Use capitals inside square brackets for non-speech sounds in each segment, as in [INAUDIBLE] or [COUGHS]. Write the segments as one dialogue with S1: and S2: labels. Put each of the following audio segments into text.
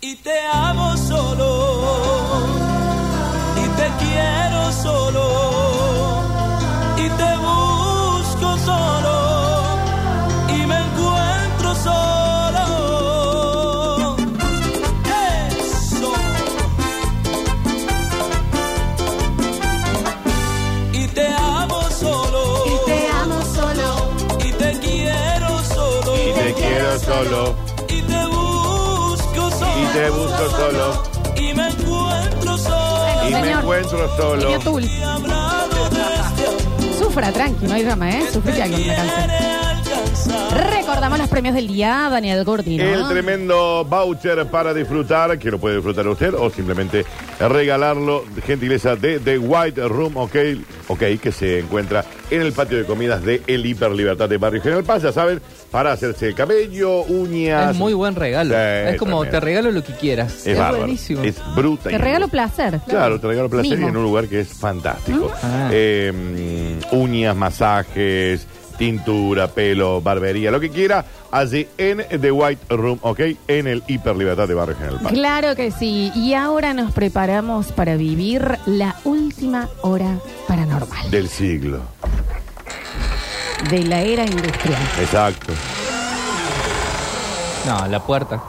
S1: Y te amo solo. Y te quiero solo. Y te busco solo. Y me encuentro solo. Eso. Y te amo solo.
S2: Y te amo solo.
S1: Y te quiero solo.
S3: Y te quiero solo.
S1: Y te busco solo.
S3: Y te busco solo.
S1: Y me encuentro solo.
S3: Y me
S4: Señor.
S3: encuentro solo.
S4: Señor Tul,
S1: Y hablado de este
S4: sufra tranqui, no hay drama, ¿eh? Sufrite algo con la canción.
S1: quiere alcanzar.
S4: Recordamos los premios del día, Daniel Gordino.
S3: El tremendo voucher para disfrutar, que lo puede disfrutar usted o simplemente regalarlo, gentileza de The White Room, ok, ok, que se encuentra en el patio de comidas de El Hiper Libertad de Barrio General Paz, ya saben, para hacerse cabello, uñas.
S5: Es muy buen regalo.
S3: Sí,
S5: es como
S3: tremendo.
S5: te regalo lo que quieras.
S3: Es, bárbaro.
S5: buenísimo.
S3: Es bruta.
S4: Te regalo placer.
S3: Claro, te regalo placer
S4: Mimo.
S3: y en un lugar que es fantástico.
S5: Ah.
S3: Eh, mm, uñas, masajes, tintura, pelo, barbería, lo que quiera, allí en The White Room, ¿ok? En el Hiper Libertad de Barrio General Paz.
S4: Claro que sí. Y ahora nos preparamos para vivir la última hora paranormal
S3: Del siglo.
S4: de la era industrial.
S3: Exacto.
S5: No, la puerta.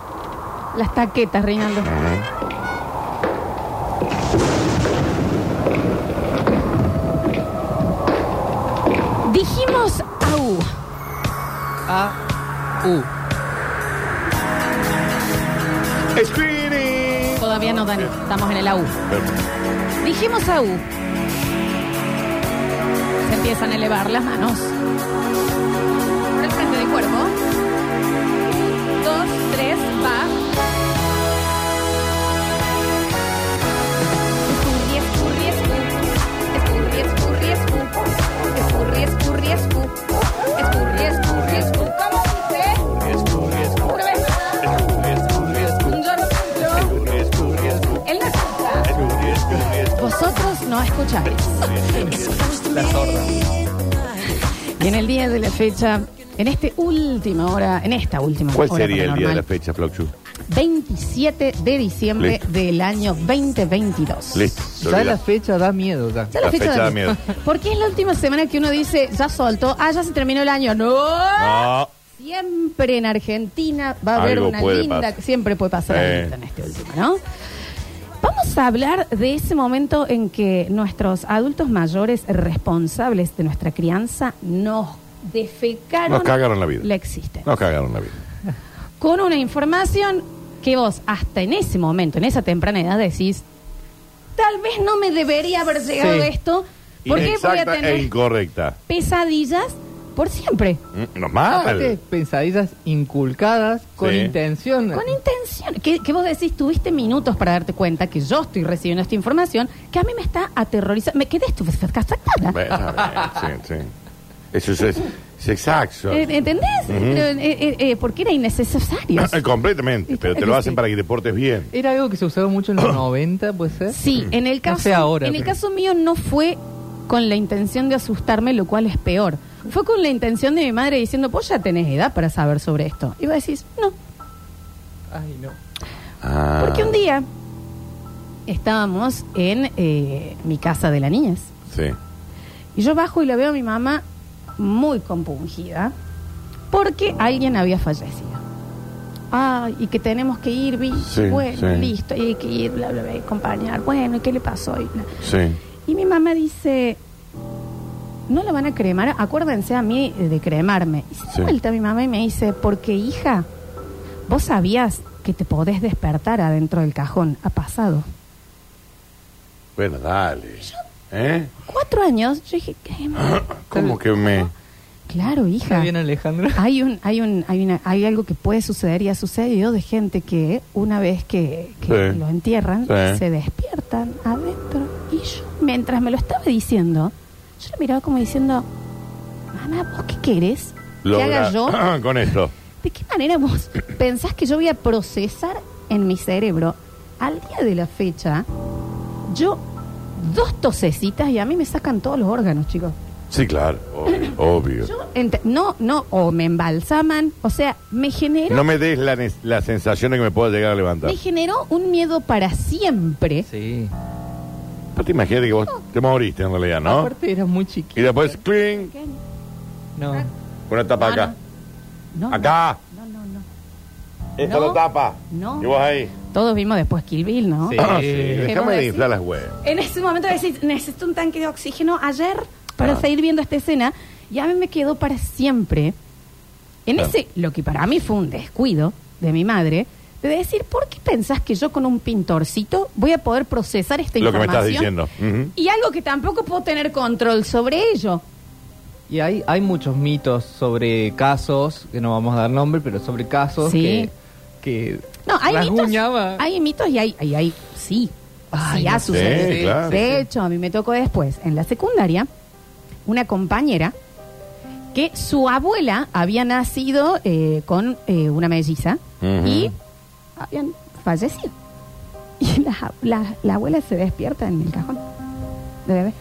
S4: Las taquetas, Reinaldo. Dijimos au.
S5: A. U.
S3: Screening.
S4: Todavía no, Dani. Estamos en el au. Dijimos au. Se empiezan a elevar las manos. Por el frente del cuerpo. Dos, tres, va.
S6: Escurri, escurri, escu. Escurri, escurri, escu. Escurri, escurri, escu. Escurri, escurri, escu. ¿Cómo dice? Una vez más. Yo no cumplo. Él no escucha.
S4: Vosotros no escucháis.
S5: La sorda.
S4: Y en el día de la fecha, en este última hora, en esta última
S3: ¿Cuál
S4: hora
S3: sería el día de la fecha,
S4: paranormal,
S3: Flochu?
S4: 27 de diciembre
S3: Listo.
S4: del año 2022.
S3: Listo. se
S5: Ya
S3: olvida.
S5: la fecha da miedo ya.
S4: Ya la,
S3: La
S4: fecha,
S3: fecha
S4: da
S3: da
S4: miedo.
S3: miedo.
S4: Porque es la última semana que uno dice, ya soltó, ah, ya se terminó el año. ¡No!
S3: No.
S4: Siempre en Argentina va a haber
S3: Algo
S4: una
S3: puede
S4: linda.
S3: pasar.
S4: Siempre puede pasar algo
S3: Eh.
S4: lindo en este último, ¿no? Vamos a hablar de ese momento en que nuestros adultos mayores responsables de nuestra crianza nos defecaron.
S3: Nos cagaron la vida.
S4: La existen.
S3: Nos cagaron la vida.
S4: Con una información que vos, hasta en ese momento, en esa temprana edad, decís: tal vez no me debería haber llegado
S5: Sí.
S4: esto. Porque voy a
S3: Inexacta e
S4: tener
S3: incorrecta.
S4: pesadillas por siempre.
S3: Mm, No mal.
S5: Aparte, pensadillas inculcadas con
S3: Sí.
S5: intención.
S4: Con intención. Que, que vos decís, tuviste minutos para darte cuenta que yo estoy recibiendo esta información que a mí me está aterrorizando. Me quedé estupefactada.
S3: Bueno, está bien, sí, sí. Eso es, es, es
S4: [LAUGHS]
S3: exacto.
S4: Eh, ¿Entendés? Pero, eh, eh, eh, porque era innecesario.
S3: Eh, [LAUGHS] Completamente, pero te lo hacen para que te portes bien.
S5: Era algo que se usaba mucho en
S3: [CLEARS THROAT]
S5: los 90, puede ser.
S4: Sí,
S3: mm.
S4: en el caso,
S5: sé ahora,
S4: en el
S5: pero-
S4: caso mío no fue con la intención de asustarme, lo cual es peor. Fue con la intención de mi madre diciendo, vos ya tenés edad para saber sobre esto. Y vos decís, no,
S5: Ay, no.
S3: Ah.
S4: porque un día estábamos en eh, mi casa de la niñez.
S3: Sí.
S4: Y yo bajo y la veo a mi mamá muy compungida porque alguien había fallecido. Ah, y que tenemos que ir, vi.
S3: Sí,
S4: bueno,
S3: sí.
S4: listo, y hay que ir, bla, bla, bla, y acompañar. Bueno, ¿y qué le pasó? Y, bla.
S3: Sí.
S4: Y mi mamá dice, no la van a cremar, acuérdense a mí de cremarme. Y se da
S3: Sí.
S4: vuelta mi mamá y me dice, porque hija, vos sabías que te podés despertar adentro del cajón, ha pasado.
S3: Bueno, dale.
S4: [COUGHS]
S3: ¿Eh?
S4: Cuatro años, yo dije,
S3: [LAUGHS]
S4: ¿qué?
S3: ¿Cómo que me.?
S4: Claro,
S5: Está
S4: hija.
S5: bien, Alejandro.
S4: Hay un, hay un, hay una, hay algo que puede suceder y ha sucedido de gente que una vez que, que
S3: Sí.
S4: lo entierran,
S3: Sí.
S4: se despiertan adentro. Y yo, mientras me lo estaba diciendo, yo le miraba como diciendo, mamá, ¿vos qué querés? ¿Qué haga
S3: Logra... [LAUGHS]
S4: yo?
S3: [COUGHS] Con esto.
S4: ¿De qué manera vos pensás que yo voy a procesar en mi cerebro al día de la fecha? Yo, dos tosecitas y a mí me sacan todos los órganos, chicos.
S3: Sí, claro,
S4: [COUGHS]
S3: obvio. obvio.
S4: Yo ent- no, no, o me embalsaman, o sea, me generó,
S3: No me des la, nes- la sensación de que me puedo llegar a levantar.
S4: me generó un miedo para siempre.
S5: Sí.
S3: No te imaginas que vos te moriste en realidad, ¿no?
S5: Aparte eras muy
S3: Y
S5: chiquito.
S3: después, cling,
S4: ¿Qué?
S5: No.
S3: una tapa
S4: No,
S3: acá.
S4: No, no,
S3: Acá.
S4: No, no, no.
S3: Esta
S4: No.
S3: la tapa.
S4: No.
S3: Y vos
S4: [COUGHS]
S3: ahí.
S4: Todos vimos después Kill Bill, ¿no?
S5: Sí.
S3: Ah, sí, [COUGHS]
S4: ¿Qué vos
S3: Déjame de
S4: decís?
S3: inflar las huevas.
S4: En ese momento decís, necesito un tanque de oxígeno ayer para seguir viendo esta escena. Y a mí me quedó para siempre. En
S3: Claro.
S4: ese, lo que para mí fue un descuido de mi madre, de decir, ¿por qué pensás que yo con un pintorcito voy a poder procesar esta
S3: Lo que me
S4: información?
S3: estás diciendo. Ujú.
S4: Y algo que tampoco puedo tener control sobre ello.
S5: Y hay, hay muchos mitos sobre casos, que no vamos a dar nombre, pero sobre casos
S4: Sí.
S5: que, que
S4: No, hay mitos,
S5: rasguñaba.
S4: hay mitos y hay, y hay sí,
S5: Ay,
S4: sí ha
S5: no sé.
S4: sucedido.
S3: Sí, claro.
S4: De hecho, a mí me tocó después, en la secundaria, una compañera que su abuela había nacido eh, con eh, una melliza
S3: Ujú.
S4: y habían fallecido. [LAUGHS] Y la, la- la abuela se despierta en el cajón de bebé.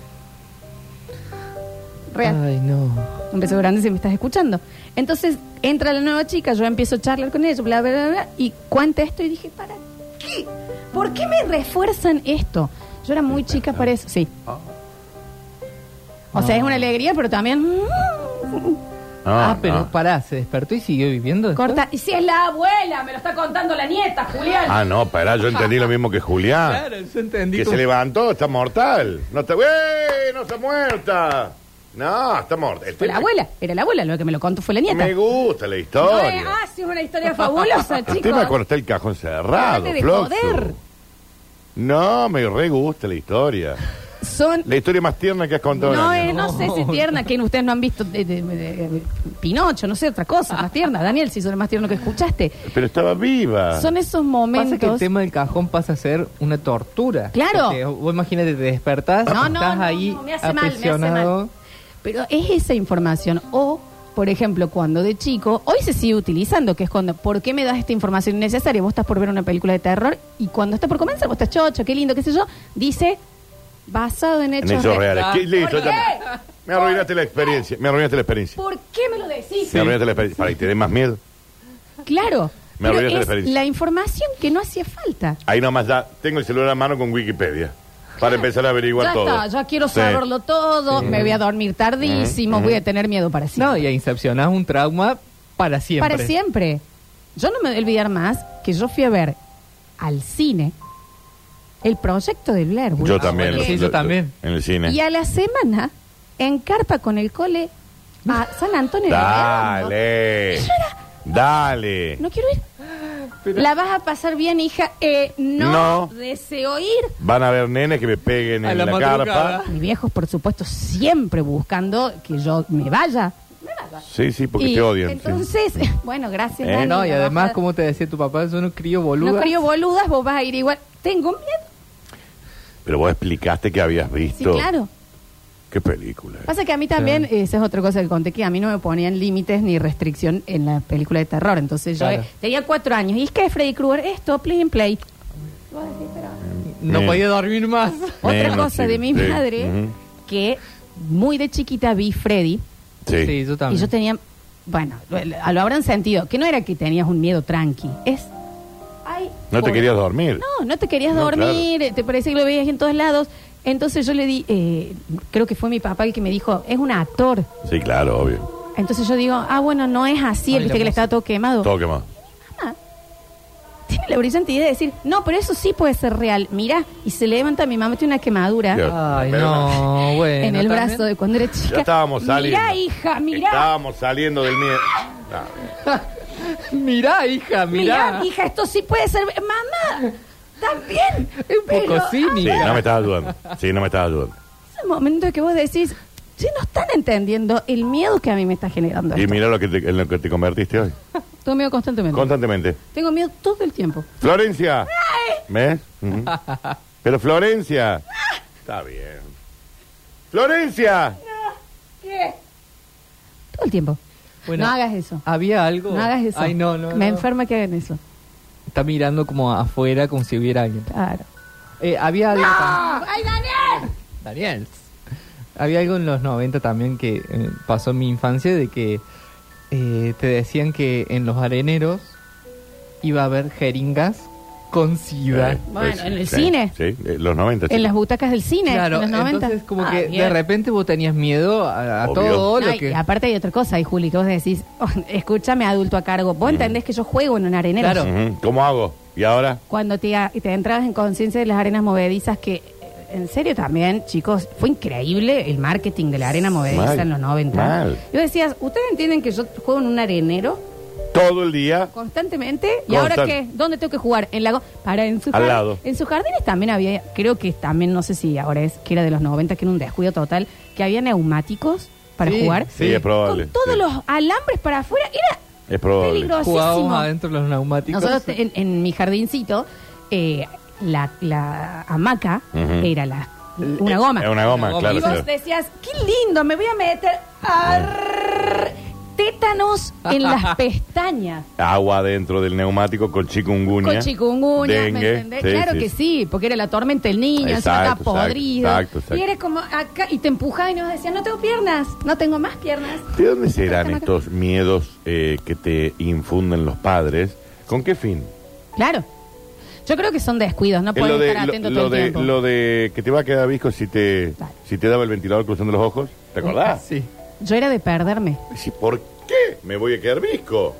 S4: Real.
S5: Ay, no.
S4: Un beso grande si me estás escuchando. Entonces entra la nueva chica, yo empiezo a charlar con ella, bla, bla, bla, bla, y cuenta esto y dije, ¿para qué? ¿Por qué me refuerzan esto? Yo era muy chica para eso, sí. O sea, es una alegría, pero también... mm,
S5: Ah,
S3: No,
S5: pero
S3: no.
S5: pará, se despertó y siguió viviendo. después?
S4: Corta. Y si es la abuela, me lo está contando la nieta, Julián.
S3: Ah, no, pará,
S4: [LAUGHS]
S3: yo entendí lo mismo que Julián.
S5: Claro, yo entendí.
S3: Que
S5: como-
S3: se levantó, está mortal. No está. ¡Wey! ¡No está muerta! No, está muerta. El
S4: Fue la
S3: tema-
S4: abuela, era la abuela, lo que me lo contó fue la nieta.
S3: Me gusta la
S4: No,
S3: historia.
S4: eh, ah, sí, es una historia fabulosa,
S3: el tema es cuando
S4: chicos.
S3: está el cajón cerrado,
S4: Dale de
S3: Floxu.
S4: joder.
S3: No, me re gusta la historia.
S4: Son
S3: La historia más tierna que has contado. en
S4: No,
S3: años.
S4: eh, no sé si tierna, que ustedes no han visto de- de- de- de- Pinocho, no sé, otra cosa más tierna. Daniel, si son más tierno que escuchaste.
S3: Pero estaba viva.
S4: eh. Son esos
S5: Pasa que el
S4: momentos.
S5: tema del cajón pasa a ser una tortura.
S4: Claro.
S5: Porque vos imagínate, te despertás,
S4: No, no,
S5: estás
S4: no,
S5: ahí
S4: no, me hace mal, me hace
S5: aprisionado.
S4: mal. Pero es esa información. O, por ejemplo, cuando de chico, hoy se sigue utilizando, que es cuando, ¿por qué me das esta información innecesaria? Vos estás por ver una película de terror y cuando está por comenzar, vos estás chocho, qué lindo, qué sé yo, dice, basado en hechos,
S3: en hechos
S4: re-
S3: reales.
S5: Ah,
S3: ¿Qué- listo,
S4: ¿por
S3: ya-
S4: qué?
S3: Me arruinaste la experiencia. Me arruinaste la experiencia.
S4: ¿Por qué me lo decís?
S3: Me arruinaste la experiencia. Para que te dé más miedo.
S4: Claro.
S3: Me
S4: pero
S3: arruinaste la
S4: es
S3: experiencia.
S4: la información que no hacía falta.
S3: Ahí nomás ya tengo el celular a mano con Wikipedia. Para empezar a averiguar
S4: ya
S3: todo.
S4: está, ya quiero
S3: Sí.
S4: saberlo todo, me voy a dormir tardísimo, voy a tener miedo para siempre.
S5: No, y ahí incepcionás un trauma para siempre.
S4: Para siempre. Yo no me voy a olvidar más que yo fui a ver al cine el proyecto de Blair Witch.
S3: Yo también.
S5: bueno, sí,
S3: lo-
S5: yo
S3: lo-
S5: también.
S3: En el cine.
S4: Y a la semana, en carpa con el cole a San Antonio. de Redondo.
S3: Dale. Dale.
S4: No quiero ir. La vas a pasar bien, hija. Eh, no,
S3: No.
S4: deseo ir.
S3: Van a haber nenes que me peguen
S5: A
S3: en
S5: la
S3: la,
S5: madrugada.
S3: carpa.
S4: Mis viejos, por supuesto, siempre buscando que yo me vaya. Me vaya.
S3: Sí, sí, porque
S4: Y
S3: te odian. sí.
S4: Entonces, [LAUGHS] bueno, gracias.
S3: Eh,
S4: Dani,
S5: No, y
S4: la
S5: además,
S4: baja-
S5: como te decía tu papá, yo no crío boludo.
S4: No crío boludas, vos vas a ir igual. Tengo miedo.
S3: Pero vos explicaste que habías
S4: Sí,
S3: visto.
S4: claro.
S3: Qué película.
S4: Pasa que a mí también, esa es otra cosa que conté, que a mí no me ponían límites ni restricción en la película de terror. Entonces yo
S5: Claro.
S4: eh, tenía cuatro años. Y es que Freddy Krueger, esto, play and play.
S5: No
S3: Bien.
S5: podía dormir más.
S4: Otra
S3: Menos,
S4: cosa
S3: sí,
S4: de mi
S3: sí.
S4: madre,
S3: Ujú.
S4: que muy de chiquita vi Freddy.
S3: Sí.
S5: yo también.
S4: Y yo tenía, bueno, lo, lo habrán sentido, que no era que tenías un miedo tranqui, es... ay,
S3: No te
S4: pobre.
S3: querías dormir.
S4: No, no te querías
S3: No,
S4: dormir, eh, te parecía que lo veías en todos lados. Entonces yo le di, eh, creo que fue mi papá el que me dijo, es un actor.
S3: Sí, claro, obvio.
S4: Entonces yo digo, ah, bueno, no es así, viste que
S5: Ay, la
S4: le
S5: música.
S4: estaba todo quemado.
S3: Todo quemado.
S4: Ah, tiene la brillante idea de decir, no, pero eso sí puede ser real. Mira, y se levanta mi mamá, tiene una quemadura
S3: Dios.
S5: Ay,
S3: Pero-
S5: no, bueno.
S4: en el
S5: también.
S4: brazo de cuando era chica.
S3: Ya estábamos saliendo.
S4: Mirá, hija, mirá.
S3: Estábamos saliendo del miedo. Ah,
S5: Mirá, hija, mirá.
S4: Mirá, hija, esto sí puede ser. Mamá, también.
S5: Es un poco
S4: Pero,
S5: cínico.
S3: sí, no me estás ayudando. Sí, no me estás ayudando.
S4: ah, ese momento que vos decís, che, no están entendiendo el miedo que a mí me está generando.
S3: Y
S4: esto.
S3: mira lo que te, en lo que te convertiste hoy.
S4: Tengo miedo constantemente.
S3: Constantemente.
S4: Tengo miedo todo el tiempo.
S3: Florencia. ¿Ves? Ujú. Pero Florencia. Está bien. Florencia.
S4: Todo el tiempo.
S5: Bueno,
S4: no hagas eso.
S5: Había algo.
S4: No hagas eso.
S5: Ay, no, no.
S4: Me
S5: no.
S4: enferma que hagan eso.
S5: Está mirando como afuera, como si hubiera alguien.
S4: Claro.
S5: Eh, había algo.
S6: ¡Ay, Daniel!
S5: Daniel. Había algo en los 90 también que eh, pasó en mi infancia de que eh, te decían que en los areneros iba a haber jeringas con sida.
S3: Eh,
S4: Bueno,
S3: sí,
S4: en el
S3: sí,
S4: cine.
S3: Sí, eh, los 90.
S4: En
S3: sí.
S4: las butacas del cine,
S5: Claro,
S4: en los 90.
S5: entonces como
S4: Ah,
S5: que de
S4: bien.
S5: repente vos tenías miedo a, a
S3: Obvio.
S5: todo
S4: No,
S5: lo
S4: y
S5: que...
S4: aparte hay otra cosa, y Juli, que vos decís, oh, escúchame, adulto a cargo. Vos entendés que yo juego en un arenero.
S5: Claro.
S3: Ujú, ¿Cómo hago? ¿Y ahora?
S4: Cuando te, te entrabas en conciencia de las arenas movedizas, que eh, en serio también, chicos, fue increíble el marketing de la arena movediza
S3: Mal,
S4: en los 90.
S3: mal.
S4: Yo decías, ¿ustedes entienden que yo juego en un arenero
S3: Todo el día.
S4: constantemente? ¿Y
S3: Constant-
S4: ahora qué? ¿Dónde tengo que jugar? En la go- Para, en sus
S3: Al
S4: jar-
S3: lado.
S4: En sus jardines también había, creo que también, no sé si ahora es, que era de los 90, que era un descuido total, que había neumáticos para
S5: Sí,
S4: jugar.
S3: Sí,
S5: Sí.
S3: es probable.
S4: Con todos
S3: sí.
S4: los alambres para afuera era
S3: Es probable.
S4: peligrosísimo.
S5: Jugábamos adentro de los neumáticos.
S4: Nosotros te- en, en mi jardincito, eh, la, la hamaca
S3: Ujú.
S4: era la, una goma.
S3: Es una goma,
S5: Una goma.
S3: claro.
S4: y vos
S3: claro.
S4: decías, qué lindo, me voy a meter arrrr, tétanos
S3: [LAUGHS]
S4: en las pestañas.
S3: Agua dentro del neumático con chikungunya.
S4: Con chikungunya, ¿me
S3: dengue.
S4: entendés? claro que sí, porque era la tormenta del niño, encima
S3: Exacto,
S4: estaba
S3: exacto,
S4: podrido.
S3: exacto, exacto.
S4: Y era como acá, y te empujaba y nos decían, no tengo piernas, no tengo más piernas.
S3: ¿De dónde serán
S4: Acá, acá.
S3: estos miedos eh, que te infunden los padres? ¿Con qué fin?
S4: Claro. Yo creo que son descuidos, no
S3: Es
S4: pueden
S3: lo de,
S4: estar atentos
S3: lo-
S4: todo
S3: lo
S4: el
S3: de-
S4: tiempo.
S3: lo de que te va a quedar visco si te,
S4: Dale.
S3: si te daba el ventilador cruzando los ojos. ¿Te acordás?
S5: Sí.
S4: Yo era de perderme.
S3: Decís, ¿Por qué me voy a quedar visco?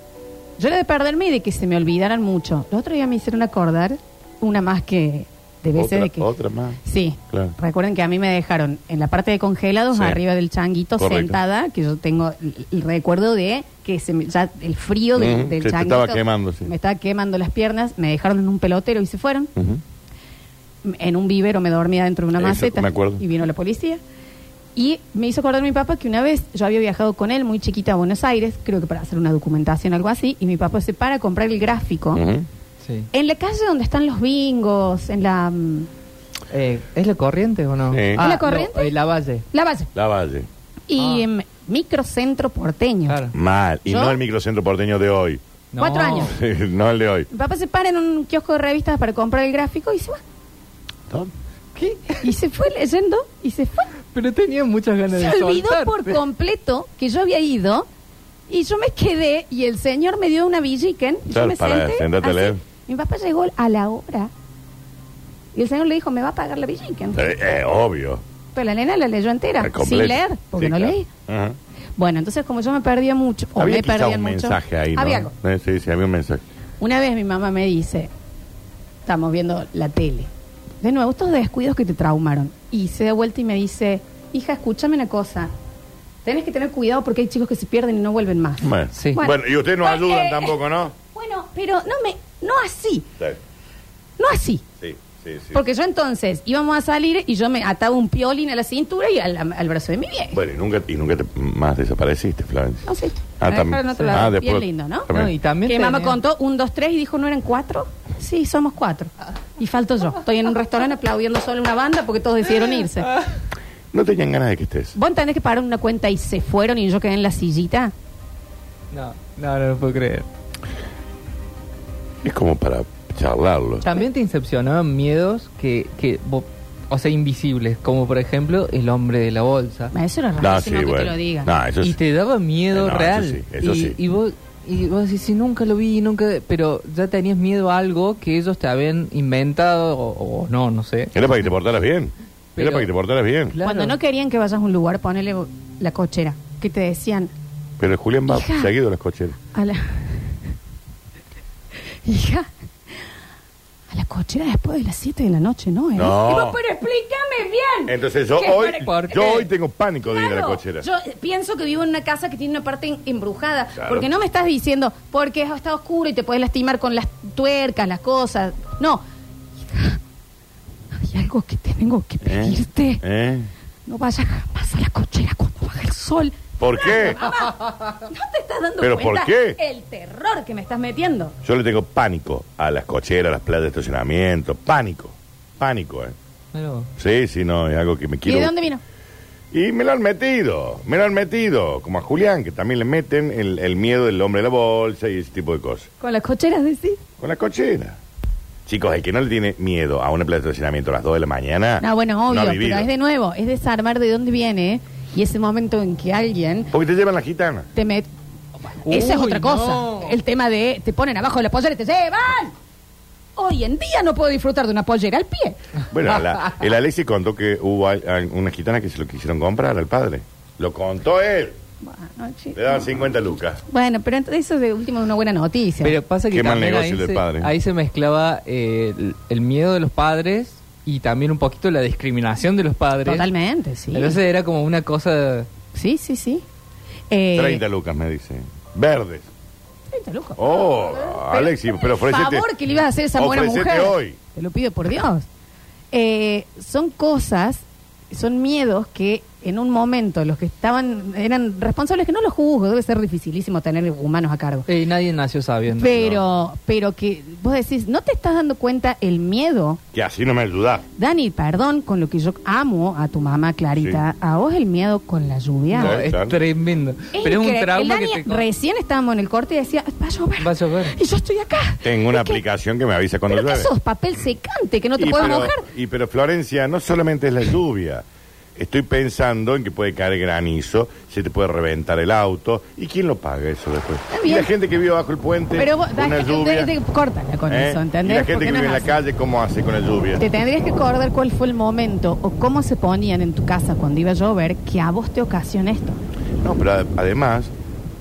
S4: Yo era de perderme y de que se me olvidaran mucho. Los otros días me hicieron acordar una más que de veces
S3: Otra,
S4: de que.
S3: otra más.
S4: Sí.
S3: Claro.
S4: Recuerden que a mí me dejaron en la parte de congelados,
S3: Sí.
S4: arriba del changuito,
S3: Correcto.
S4: sentada, que yo tengo el, el recuerdo de que se me- ya el frío del,
S3: Ujú,
S4: del
S3: se te
S4: changuito.
S3: estaba quemando, sí.
S4: Me estaba quemando las piernas, me dejaron en un pelotero y se fueron.
S3: Ujú.
S4: En un vivero me dormía dentro de una
S3: Eso,
S4: maceta.
S3: me acuerdo.
S4: Y vino la policía. Y me hizo acordar mi papá que una vez yo había viajado con él muy chiquita a Buenos Aires, creo que para hacer una documentación, algo así, y mi papá se para a comprar el gráfico.
S3: Ujú.
S5: sí.
S4: En la calle donde están los bingos, en la... mm,
S5: Eh, ¿Es la corriente o no?
S3: Sí. ¿Es
S4: la
S5: Ah, no,
S4: corriente?
S5: eh, la valle.
S4: La Valle.
S3: La Valle.
S4: Y
S5: Ah.
S4: em, microcentro porteño.
S5: Claro.
S3: Mal. Y
S4: ¿Yo?
S3: no el microcentro porteño de hoy. [LAUGHS]
S5: No.
S4: Cuatro años.
S3: no el de hoy.
S4: Mi papá se para en un kiosco de revistas para comprar el gráfico y se va.
S5: ¿Qué?
S4: Y se fue leyendo y se fue.
S5: Pero tenía muchas ganas
S4: Se
S5: de
S4: olvidó
S5: soltar.
S4: por completo que yo había ido y yo me quedé y el señor me dio una villiquen y yo
S3: Claro,
S4: me
S3: para,
S4: senté.
S3: sentate a
S4: así.
S3: leer.
S4: Mi papá llegó a la hora y el señor le dijo, me va a pagar la villiquen.
S3: Eh, eh, obvio.
S4: Pero la nena la leyó entera,
S3: Eh, completo.
S4: sin leer, porque
S3: Sí,
S4: no
S3: claro.
S4: leí.
S3: Ajá.
S4: Bueno, entonces como yo me perdía mucho, o
S3: Había
S4: me
S3: quizá
S4: perdían
S3: un
S4: mucho,
S3: mensaje ahí, ¿no?
S4: había algo.
S3: Eh, sí, sí, había un mensaje.
S4: Una vez mi mamá me dice, estamos viendo la tele. De nuevo, estos descuidos que te traumaron. Y se da vuelta y me dice, hija, escúchame una cosa. Tenés que tener cuidado porque hay chicos que se pierden y no vuelven más.
S3: Bueno,
S5: Sí.
S3: Bueno, y ustedes no
S4: Bueno,
S3: ayudan
S4: eh,
S3: tampoco, ¿no?
S4: Bueno, pero no me, no así,
S3: Sí,
S4: no así.
S3: sí, sí. sí.
S4: eh, Porque yo entonces íbamos a salir y yo me ataba un piolín a la cintura y al, al brazo de mi vieja.
S3: Bueno, y nunca, y nunca te, más desapareciste, Florencia.
S4: No sé.
S3: Ah,
S4: Me
S3: tam-
S4: dejaron otro
S3: ah,
S4: lado.
S3: después-
S4: Bien lindo, ¿no?
S3: también.
S5: No, y también
S4: que mamá
S5: tenía-
S4: contó un, dos, tres y dijo, ¿no eran cuatro? Sí, somos cuatro. Y falto yo. Estoy en un restaurante aplaudiendo solo una banda porque todos decidieron irse.
S3: No tenían ganas de que estés.
S4: ¿Vos entendés que pagaron una cuenta y se fueron y yo quedé en la sillita?
S5: No, no, no lo puedo creer.
S3: Es como para charlarlo.
S5: También te incepcionaban miedos que, que vos- o sea, invisibles, como por ejemplo el hombre de la bolsa.
S4: Ah, Eso era rarísimo
S3: No, sí,
S4: que te
S3: bueno.
S4: lo diga.
S3: No, eso
S5: Y
S3: sí.
S5: te daba miedo
S3: Eh, no, eso
S5: real.
S3: sí, eso
S5: y,
S3: sí.
S5: y vos y vos decís, sí, nunca lo vi, nunca, pero ya tenías miedo a algo que ellos te habían inventado o, o no, no sé.
S3: Era para que te portaras bien. Era
S5: Pero-
S3: para que te portaras bien.
S5: Claro.
S4: Cuando no querían que vayas a un lugar, ponele la cochera. Que te decían,
S3: Pero Julián va
S4: Hija.
S3: seguido a las cocheras.
S4: a la... [LAUGHS] Hija, a la cochera después de las 7 de la noche, ¿no? eh?
S3: No.
S4: Y vos, pero explícame bien.
S3: Entonces yo
S4: ¿Qué
S3: hoy,
S4: para-
S5: ¿Por
S3: yo
S5: qué?
S3: hoy tengo pánico de ir a la
S4: Claro,
S3: cochera.
S4: Yo eh, pienso que vivo en una casa que tiene una parte en- embrujada.
S3: Claro.
S4: Porque no me estás diciendo porque está oscuro y te puedes lastimar con las tuercas, las cosas. No. Hija, Hay algo que tengo que
S3: ¿Eh?
S4: pedirte.
S3: ¿Eh?
S4: No vayas jamás a la cochera cuando baja el sol.
S3: ¿Por qué?
S4: No te estás dando
S3: ¿Pero
S4: cuenta
S3: por qué?
S4: el terror que me estás metiendo.
S3: Yo le tengo pánico a las cocheras, a las playas de estacionamiento. Pánico. Pánico, ¿eh?
S5: Claro.
S3: Sí, sí, no, es algo que me quiero.
S4: ¿Y de dónde vino?
S3: Y me lo han metido, me lo han metido. Como a Julián, que también le meten el, el miedo del hombre de la bolsa y ese tipo de cosas.
S4: Con las cocheras decís.
S3: Con la cochera. Chicos, el que no le tiene miedo a una plaza de estacionamiento a las 2 de la mañana.
S4: No, bueno,
S3: Ah, no
S4: obvio,
S3: ha
S4: pero
S3: vivido.
S4: es de nuevo, es desarmar de dónde viene ¿eh? y ese momento en que alguien
S3: Porque te llevan la gitana.
S4: te mete. Esa es
S5: Uy,
S4: otra cosa.
S5: no.
S4: El tema de te ponen abajo de la pollera y te llevan. Hoy en día no puedo disfrutar de una pollera al pie.
S3: [LAUGHS] Bueno, la- el Alexi contó que hubo al- al- una gitana que se lo quisieron comprar al padre. Lo contó él.
S4: [LAUGHS] Bueno, chico.
S3: Le daban 50 lucas.
S4: Bueno, pero ent- eso de último es una buena noticia.
S5: Pero pasa que
S3: Qué mal
S5: también
S3: negocio
S5: ahí,
S3: del
S5: se,
S3: padre.
S5: ahí se mezclaba eh, el, el miedo de los padres y también un poquito la discriminación de los padres.
S4: Totalmente, sí.
S5: Entonces era como una cosa...
S4: Sí, sí, sí. Eh,
S3: 30 lucas, me dice. Verdes.
S4: 30 lucas.
S3: Oh, Alexi, pero ofrecete.
S4: favor que le ibas a hacer esa buena
S3: ofrecete
S4: mujer.
S3: hoy.
S4: Te lo pido por Dios. Eh, son cosas, son miedos que en un momento los que estaban, eran responsables, que no los juzgo, debe ser dificilísimo tener humanos a cargo.
S5: eh, nadie nació sabiendo.
S4: Pero, pero que vos decís, ¿no te estás dando cuenta el miedo?
S3: Que así no me ayudás.
S4: Dani, perdón, con lo que yo amo a tu mamá Clarita, a vos el miedo con la lluvia.
S5: No,
S3: Claro,
S5: es
S3: claro.
S5: tremendo.
S4: Es
S5: pero es
S4: increíble.
S5: un trauma
S4: El
S5: que
S4: Dani
S5: te... co-
S4: Recién estábamos en el corte y decía, va a llover.
S5: Va a llover.
S4: Y yo estoy acá.
S3: Tengo una
S4: ¿Y qué?
S3: aplicación que me avisa cuando
S4: ¿Pero qué
S3: llueve.
S4: sos? ¿Papel secante que no te
S3: Y
S4: puedes
S3: pero-
S4: mojar?
S3: Y pero Florencia, no solamente es la lluvia. Estoy pensando en que puede caer granizo, se te puede reventar el auto. ¿Y quién lo paga eso después?
S4: Está
S3: Y
S4: bien.
S3: la gente que vive bajo el puente,
S4: Pero vos,
S3: una
S4: dale,
S3: lluvia.
S4: de- de- córtala con
S3: ¿eh?
S4: eso,
S3: Y
S4: ¿entendés?
S3: la gente
S4: Porque
S3: que
S4: no
S3: vive en la
S4: es así.
S3: calle, ¿cómo hace con la lluvia?
S4: Te tendrías que acordar cuál fue el momento o cómo se ponían en tu casa cuando iba a llover que a vos te ocasiona esto.
S3: No, pero ad- además,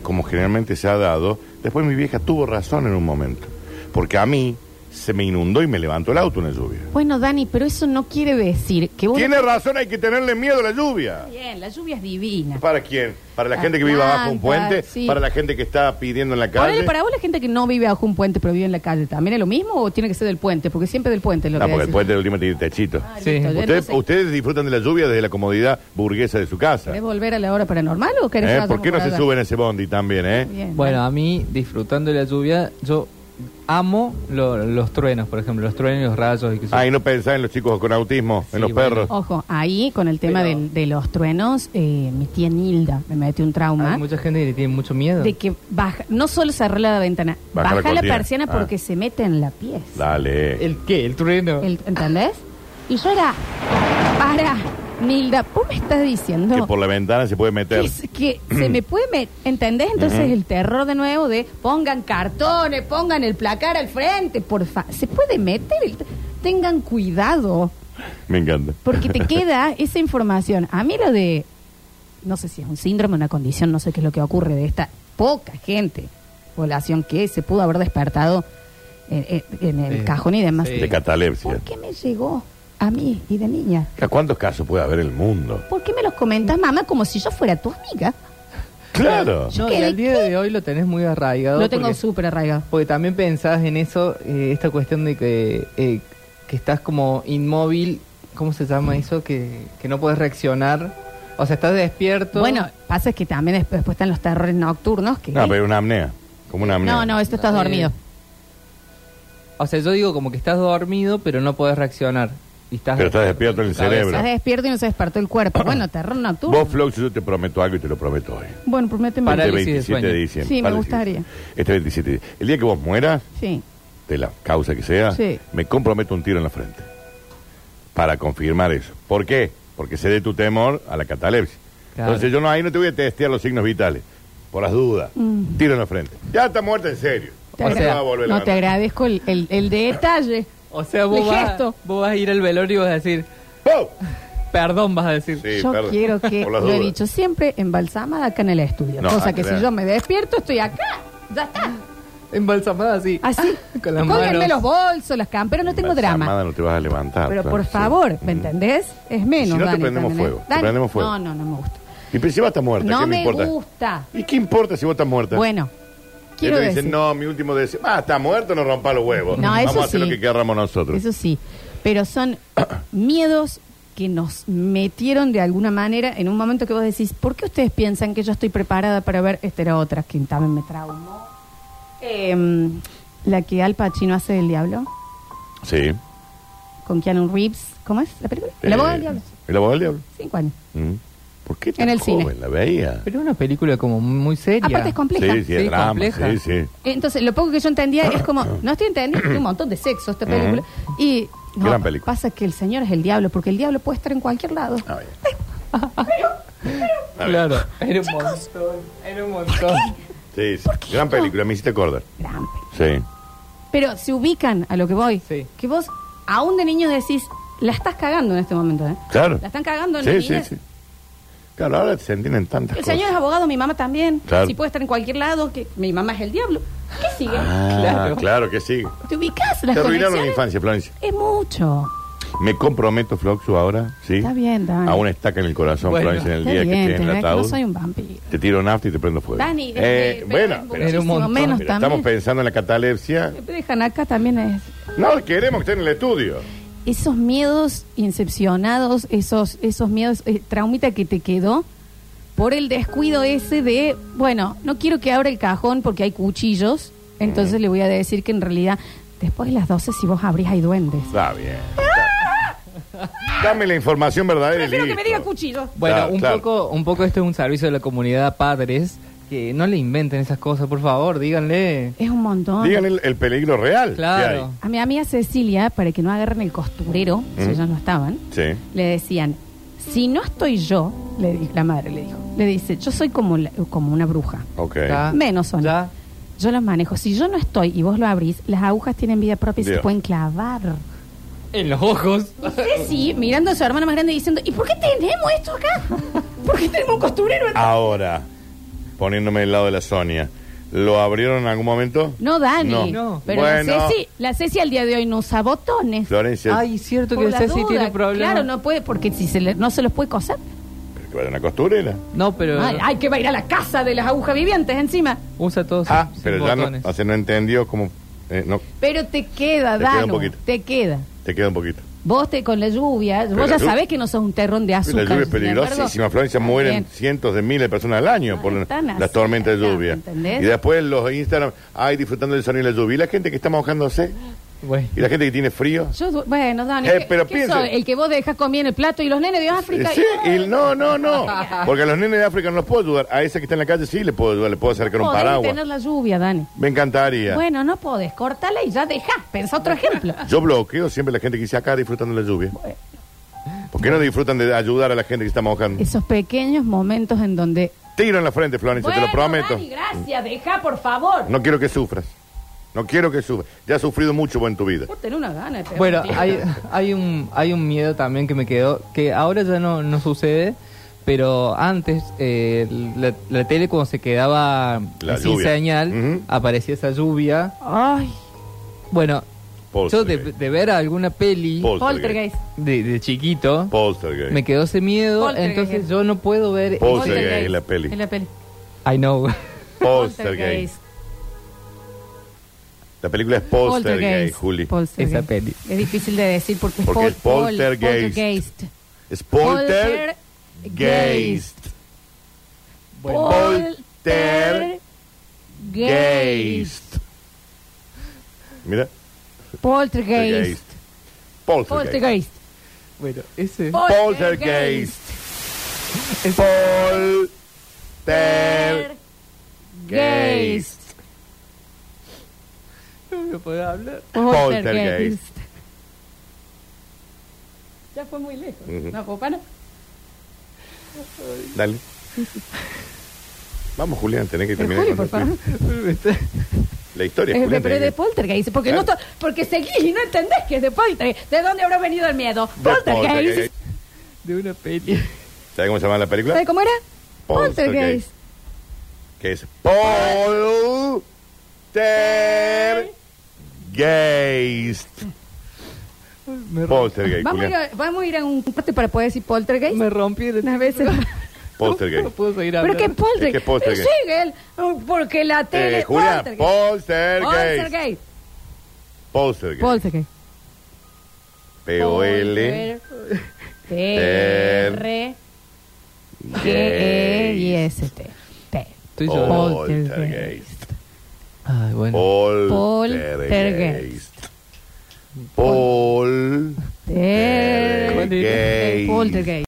S3: como generalmente se ha dado, después mi vieja tuvo razón en un momento. Porque a mí se me inundó y me levantó el auto en la lluvia.
S4: Bueno, Dani, pero eso no quiere decir que vos...
S3: Tiene razón, hay que tenerle miedo a la lluvia.
S4: Bien, la lluvia es divina.
S3: ¿Para quién? ¿Para la
S4: Las
S3: gente que vive abajo un
S4: plantas,
S3: puente?
S4: sí.
S3: ¿Para la gente que está pidiendo en la calle?
S4: Ponele, para vos la gente que no vive bajo un puente pero vive en la calle, ¿también es lo mismo o tiene que ser del puente? Porque siempre del puente es lo
S3: No,
S4: que
S3: Ah, porque el
S4: decís.
S3: puente del último tiene techito.
S4: Ah,
S5: Sí.
S4: listo, yo
S3: Ustedes-
S4: no sé.
S3: Ustedes disfrutan de la lluvia desde la comodidad burguesa de su casa.
S4: ¿Querés volver a la hora paranormal o querés...
S3: ¿Eh?
S4: que
S3: ¿Por qué no
S4: vayamos
S3: se
S4: para
S3: suben a ese bondi también, eh?
S4: allá? Bien.
S5: Bueno, a mí, disfrutando de la lluvia, yo amo lo- los truenos, por ejemplo, los truenos y los rayos. Y que
S3: Ay, no pensás en los chicos con autismo,
S5: Sí,
S3: en los
S5: bueno.
S3: perros.
S4: Ojo, ahí con el tema
S5: Pero-
S4: del- de, los truenos, eh, mi tía Nilda me metió un trauma
S5: Hay mucha gente que le tiene mucho miedo.
S4: ¿Ah? de que baja, no solo cerró la ventana,
S3: Baja la
S4: baja, la,
S3: cortina.
S4: persiana
S3: Ah.
S4: porque se mete en la pieza.
S3: Dale.
S5: ¿El qué? ¿El trueno?
S4: El- ¿Entendés? Y yo era, para, Nilda, vos me estás
S3: Que
S4: diciendo
S3: por la ventana se puede meter.
S4: que, se- que se me puede meter, ¿entendés? Entonces el terror de nuevo de pongan cartones, pongan el placar al frente, porfa, se puede meter, el- tengan cuidado.
S3: Me encanta. [LAUGHS]
S4: Porque te queda esa información. A mí lo de, no sé si es un síndrome, una condición, no sé qué es lo que ocurre de esta poca gente, población que se pudo haber despertado en, en- en el
S5: Sí.
S4: cajón y demás.
S5: Sí.
S3: De catalepsia.
S4: ¿Por qué me llegó a mí y de niña?
S3: ¿A ¿Cuántos casos puede haber en el mundo?
S4: ¿Por qué me los comentas, mamá, como si yo fuera tu amiga?
S3: Claro.
S5: No,
S4: ¿Qué
S5: y
S4: de
S5: al día
S4: qué?
S5: de hoy lo tenés muy arraigado.
S4: Lo tengo
S5: porque-
S4: súper arraigado.
S5: Porque también pensabas en eso, eh, esta cuestión de que, eh, que estás como inmóvil, ¿cómo se llama eso? Que, que no puedes reaccionar. O sea, estás despierto.
S4: Bueno, pasa que también después, después están los terrores nocturnos. Que,
S3: No, pero una apnea. Como una apnea.
S4: no, no, esto estás
S5: Eh,
S4: dormido.
S5: O sea, yo digo como que estás dormido, pero no puedes reaccionar. Y estás
S3: Pero estás despierto en el
S5: cabeza.
S3: cerebro.
S4: Estás despierto y no se despertó el cuerpo. Bueno, terror nocturno.
S3: Vos, Flox, yo te prometo algo y te lo prometo hoy.
S4: Bueno, prométeme.
S5: Para-
S3: Este
S5: Parálisis de
S3: 27 de,
S5: sueño.
S3: diciembre.
S4: Sí, me
S3: Parálisis.
S4: gustaría.
S3: Este 27 de El día que vos mueras,
S4: Sí.
S3: de la causa que sea,
S4: Sí.
S3: me comprometo un tiro en la frente. Para confirmar eso. ¿Por qué? Porque sé de tu temor a la catalepsia.
S5: Claro.
S3: Entonces yo no, ahí no te voy a testear los signos vitales. Por las dudas. Tiro en la frente. Ya está muerta en serio.
S4: Mm. Te
S3: No
S5: O
S4: agra-
S3: te
S5: sea,
S3: va a volver
S4: no
S3: Ah, la
S4: te
S3: mano.
S4: agradezco el, el- el detalle.
S5: O sea, vos
S4: El
S5: vas,
S4: gesto.
S5: vos vas a ir al velorio y vas a decir,
S3: ¡Pau!
S5: perdón, vas a decir.
S3: Sí,
S4: yo
S3: perdón.
S4: quiero que,
S3: Por las
S4: lo he
S3: dudas.
S4: dicho siempre, embalsamada acá en el estudio.
S3: No,
S4: cosa
S3: ah,
S4: que
S3: claro.
S4: si yo me despierto, estoy acá. Ya está.
S5: Embalsamada así.
S4: Así.
S5: [LAUGHS] Con las
S4: Pónganme
S5: manos.
S4: los bolsos, las camperas, no tengo drama.
S3: Embalsamada, No te vas a levantar.
S4: Pero
S3: claro,
S4: por
S3: sí.
S4: favor,
S3: Mm.
S4: ¿me entendés? Es menos.
S3: Si no, te
S4: Dani,
S3: prendemos
S4: ¿entendés?
S3: fuego, te
S4: Dani,
S3: prendemos fuego.
S4: No, no, no me gusta.
S3: Y pero si vas a estar muerta,
S4: No
S3: ¿qué me
S4: me
S3: importa?
S4: gusta.
S3: ¿Y qué importa si vos estás muerta?
S4: Bueno,
S3: Y
S4: quiero
S3: te dicen,
S4: decir.
S3: no, mi último deseo. Ah, está muerto, no rompa los huevos.
S4: No,
S3: Vamos
S4: eso
S3: a hacer
S4: sí.
S3: lo que querramos nosotros.
S4: Eso sí,
S3: [COUGHS]
S4: pero son miedos que nos metieron de alguna manera en un momento que vos decís, ¿por qué ustedes piensan que yo estoy preparada para ver esta era otra que también me traumó? Eh, la que Al Pacino hace del diablo,
S3: Sí.
S4: con Keanu Reeves, ¿cómo es la película?
S3: Eh,
S4: La voz del diablo,
S3: ¿La boda del diablo?
S4: cinco años.
S3: Mm. ¿Por qué tan
S4: En el
S3: joven
S4: cine.
S3: la veía?
S5: Ah, Pero es una película como muy seria.
S4: Aparte es compleja.
S3: Sí, sí, es
S5: Sí,
S3: drama,
S5: compleja.
S3: sí, sí.
S4: Entonces, lo poco que yo entendía es
S3: [COUGHS]
S4: como, no estoy entendiendo, tiene un montón de sexo esta película. Y no,
S3: Gran película. Ah.
S4: pasa que el señor es el diablo, porque el diablo puede estar en cualquier lado.
S3: A ver.
S5: Claro. Era un montón. Era un montón.
S3: Sí, sí. Gran película, me hiciste acordar. Sí.
S4: Pero se ubican a lo que voy.
S5: Sí.
S4: Que vos, aún de niño, decís, la estás cagando en este momento, ¿eh?
S3: Claro.
S4: La están cagando en
S3: Sí,
S4: la
S3: sí,
S4: niñez.
S3: sí. Claro, ahora se entienden tantas
S4: El
S3: cosas.
S4: señor es abogado, mi mamá también.
S3: Claro.
S4: Si puede estar en cualquier lado, que mi mamá es el diablo. ¿Qué sigue?
S3: Ah, claro.
S5: Claro.
S3: que sí.
S4: Te ubicas
S3: Te
S4: las
S3: arruinaron la
S4: conexiones?
S3: infancia, Florencia.
S4: Es mucho.
S3: Me comprometo, Floxu, ahora, ¿sí?
S4: Está bien, Dani.
S3: A una estaca en el corazón,
S5: Bueno.
S3: Florencia, en el
S4: Está
S3: día que
S4: bien,
S3: esté en el
S4: tenés que- no
S3: ataúd.
S4: soy un vampiro.
S3: Te tiro nafta y te prendo fuego.
S4: Dani,
S3: Eh,
S4: desde-
S3: bueno, pero,
S5: Era un
S4: muchísimo
S5: montón.
S4: menos
S3: pero estamos
S4: también.
S3: pensando en la catalepsia.
S4: Te dejan acá también es...
S3: No, queremos que esté en el estudio.
S4: Esos miedos incepcionados, esos, esos miedos, eh, traumita que te quedó por el descuido ese de, bueno, no quiero que abra el cajón porque hay cuchillos, entonces le voy a decir que en realidad después de las 12 si vos abrís hay duendes.
S3: Está
S4: [LAUGHS]
S3: bien. Dame la información verdadera y
S4: Prefiero que me
S3: listo.
S4: diga cuchillos.
S5: Bueno,
S3: Claro,
S5: un,
S3: claro.
S5: Poco, un poco esto es un servicio de la comunidad padres. Que no le inventen esas cosas, por favor, díganle.
S4: Es un montón.
S3: Digan el, el peligro real. que
S5: Claro.
S4: A mi amiga Cecilia, para que no agarren el costurero, si
S3: Mm.
S4: ellos no estaban,
S3: hay. Sí.
S4: le decían, si no estoy yo, le di- la madre le dijo, le dice, yo soy como, la- como una bruja.
S3: Ok.
S5: Ya.
S4: Menos son.
S5: Ya.
S4: Yo las manejo. Si yo no estoy y vos lo abrís, las agujas tienen vida propia y
S3: Dios.
S4: se pueden clavar.
S5: En los ojos.
S4: Ceci, mirando a su hermana más grande diciendo, ¿y por qué tenemos esto acá? ¿Por qué tenemos un costurero? acá?"
S3: Ahora, poniéndome del lado de la Sonia, ¿lo abrieron en algún momento?
S4: No, Dani.
S3: No.
S5: No.
S4: Pero
S3: Bueno.
S4: la, Ceci, la Ceci al día de hoy no usa botones.
S3: Florencia,
S5: Ay, cierto
S4: Por
S5: que el
S4: la
S5: Ceci
S4: duda,
S5: tiene problemas.
S4: Claro, no puede, porque si se le- no se los puede coser.
S3: pero que vaya una costurera.
S5: No, pero
S4: Ay, ay, que va a ir a la casa de las agujas vivientes encima.
S5: usa todos
S3: Ah, [LAUGHS]
S5: sus
S3: pero ya no,
S5: botones.
S3: o sea, no entendió cómo. eh, no,
S4: Pero te queda,
S3: Te queda un
S4: Danu.
S3: poquito.
S4: te queda.
S3: te queda un poquito.
S4: Vos te con la lluvia, vos
S3: la
S4: ya
S3: lluvia-
S4: sabés que no sos un terrón de
S3: La
S4: azúcar.
S3: lluvia es
S4: sin
S3: peligrosísima,
S4: embargo.
S3: Florencia. Mueren
S4: Bien.
S3: cientos de miles de personas al año
S4: No,
S3: por
S4: están
S3: las
S4: así,
S3: tormentas de
S4: están,
S3: lluvia.
S4: ¿entendés?
S3: Y después los Instagram, ay, disfrutando del sonido de la lluvia. Y la gente que está mojándose,
S5: Bueno.
S3: y la gente que tiene frío.
S4: Yo, du- bueno, Dani,
S3: Eh,
S4: ¿qué-
S3: pero
S4: qué
S3: piense.
S4: soy? El que vos dejas comida en el plato y los nenes de África.
S3: Eh, sí,
S4: y-
S3: y no, no, no.
S4: [LAUGHS]
S3: Porque a los nenes de África no los puedo ayudar. A ese que está en la calle sí le puedo ayudar, le puedo acercar un
S4: Podés
S3: paraguas.
S4: detener la lluvia, Dani.
S3: Me encantaría.
S4: Bueno, no podés, córtala y ya dejá. Pensá
S3: [LAUGHS]
S4: otro ejemplo.
S3: Yo bloqueo siempre a la gente que dice acá disfrutando de la lluvia. ¿Por qué no disfrutan de ayudar a la gente que está mojando?
S4: Esos pequeños momentos en donde.
S3: Tiro en la frente, Florencia, te lo prometo.
S4: Dani, gracias, dejá, por favor.
S3: No quiero que sufras. No quiero que sufras. Ya has sufrido mucho vos en tu vida.
S4: Vos tenés una gana de pegar
S5: Bueno,
S4: un tiro.
S5: hay, hay, un, hay un miedo también que me quedó, que ahora ya no, no sucede, pero antes eh, la, la tele cuando se quedaba
S3: La
S5: sin
S3: lluvia.
S5: señal,
S3: Ujú.
S5: aparecía esa lluvia.
S4: Ay,
S5: Bueno, yo de,
S3: Poltergeist.
S5: de ver alguna peli
S3: Poltergeist.
S4: Poltergeist.
S5: de, de chiquito,
S3: Poltergeist.
S5: me quedó ese miedo,
S4: Poltergeist.
S5: entonces yo no puedo ver...
S3: Pol- Poltergeist, es la peli.
S4: Es la peli.
S5: I know. [LAUGHS]
S3: Poltergeist. La película es Poltergeist, Juli.
S4: Poltergeist.
S5: Esa peli.
S4: Es difícil de decir porque,
S3: Porque
S4: es
S3: es poltergeist. es Poltergeist.
S4: Poltergeist.
S5: Bueno,
S3: Poltergeist.
S4: Poltergeist.
S3: Mira.
S4: Poltergeist.
S3: Poltergeist.
S4: Poltergeist.
S5: bueno, ese...
S3: Poltergeist. Poltergeist.
S4: Poltergeist.
S5: No puedo hablar. [LAUGHS]
S3: Poltergeist.
S4: Ya fue muy lejos.
S3: Ujú.
S4: No, Popana.
S3: Dale. Vamos, Julián, tenés que
S4: Pero
S3: terminar. con
S4: Juli, por
S3: [LAUGHS]
S4: favor.
S3: esto. La historia,
S4: Eh,
S3: Julián.
S4: pero
S3: tenés
S4: es de
S3: que-
S4: Poltergeist. Porque, no
S3: Claro.
S4: to- porque seguís y no entendés que es de Poltergeist. ¿De dónde habrá venido el miedo?
S3: de
S4: Poltergeist.
S5: De una peli.
S3: ¿Sabes cómo se llama la película?
S4: ¿Sabes cómo era?
S3: Poltergeist.
S4: Poltergeist.
S3: Que es Poltergeist.
S5: Me rompí,
S3: Poltergeist,
S4: Vamos a, ir
S3: Julián.
S4: a, vamos a ir a un corte para poder decir [LAUGHS] Poltergeist.
S5: me rompí el-
S4: Unas veces.
S5: No
S3: Poltergeist.
S5: puedo seguir
S4: Pero
S5: hablando.
S4: que
S3: Es que
S4: Poltergeist.
S3: es Poltergeist.
S4: Pero sigue él. oh, Porque la tele.
S3: Eh, Julián, Poltergeist.
S4: Poltergeist.
S3: Poltergeist.
S4: Poltergeist.
S3: P-O-L.
S4: T-R. G-E-I-S-T. E T.
S5: Estoy llorando.
S3: Poltergeist.
S5: Ay, bueno.
S3: Poltergeist. Poltergeist.
S4: E T.
S5: Poltergeist.
S4: Poltergeist.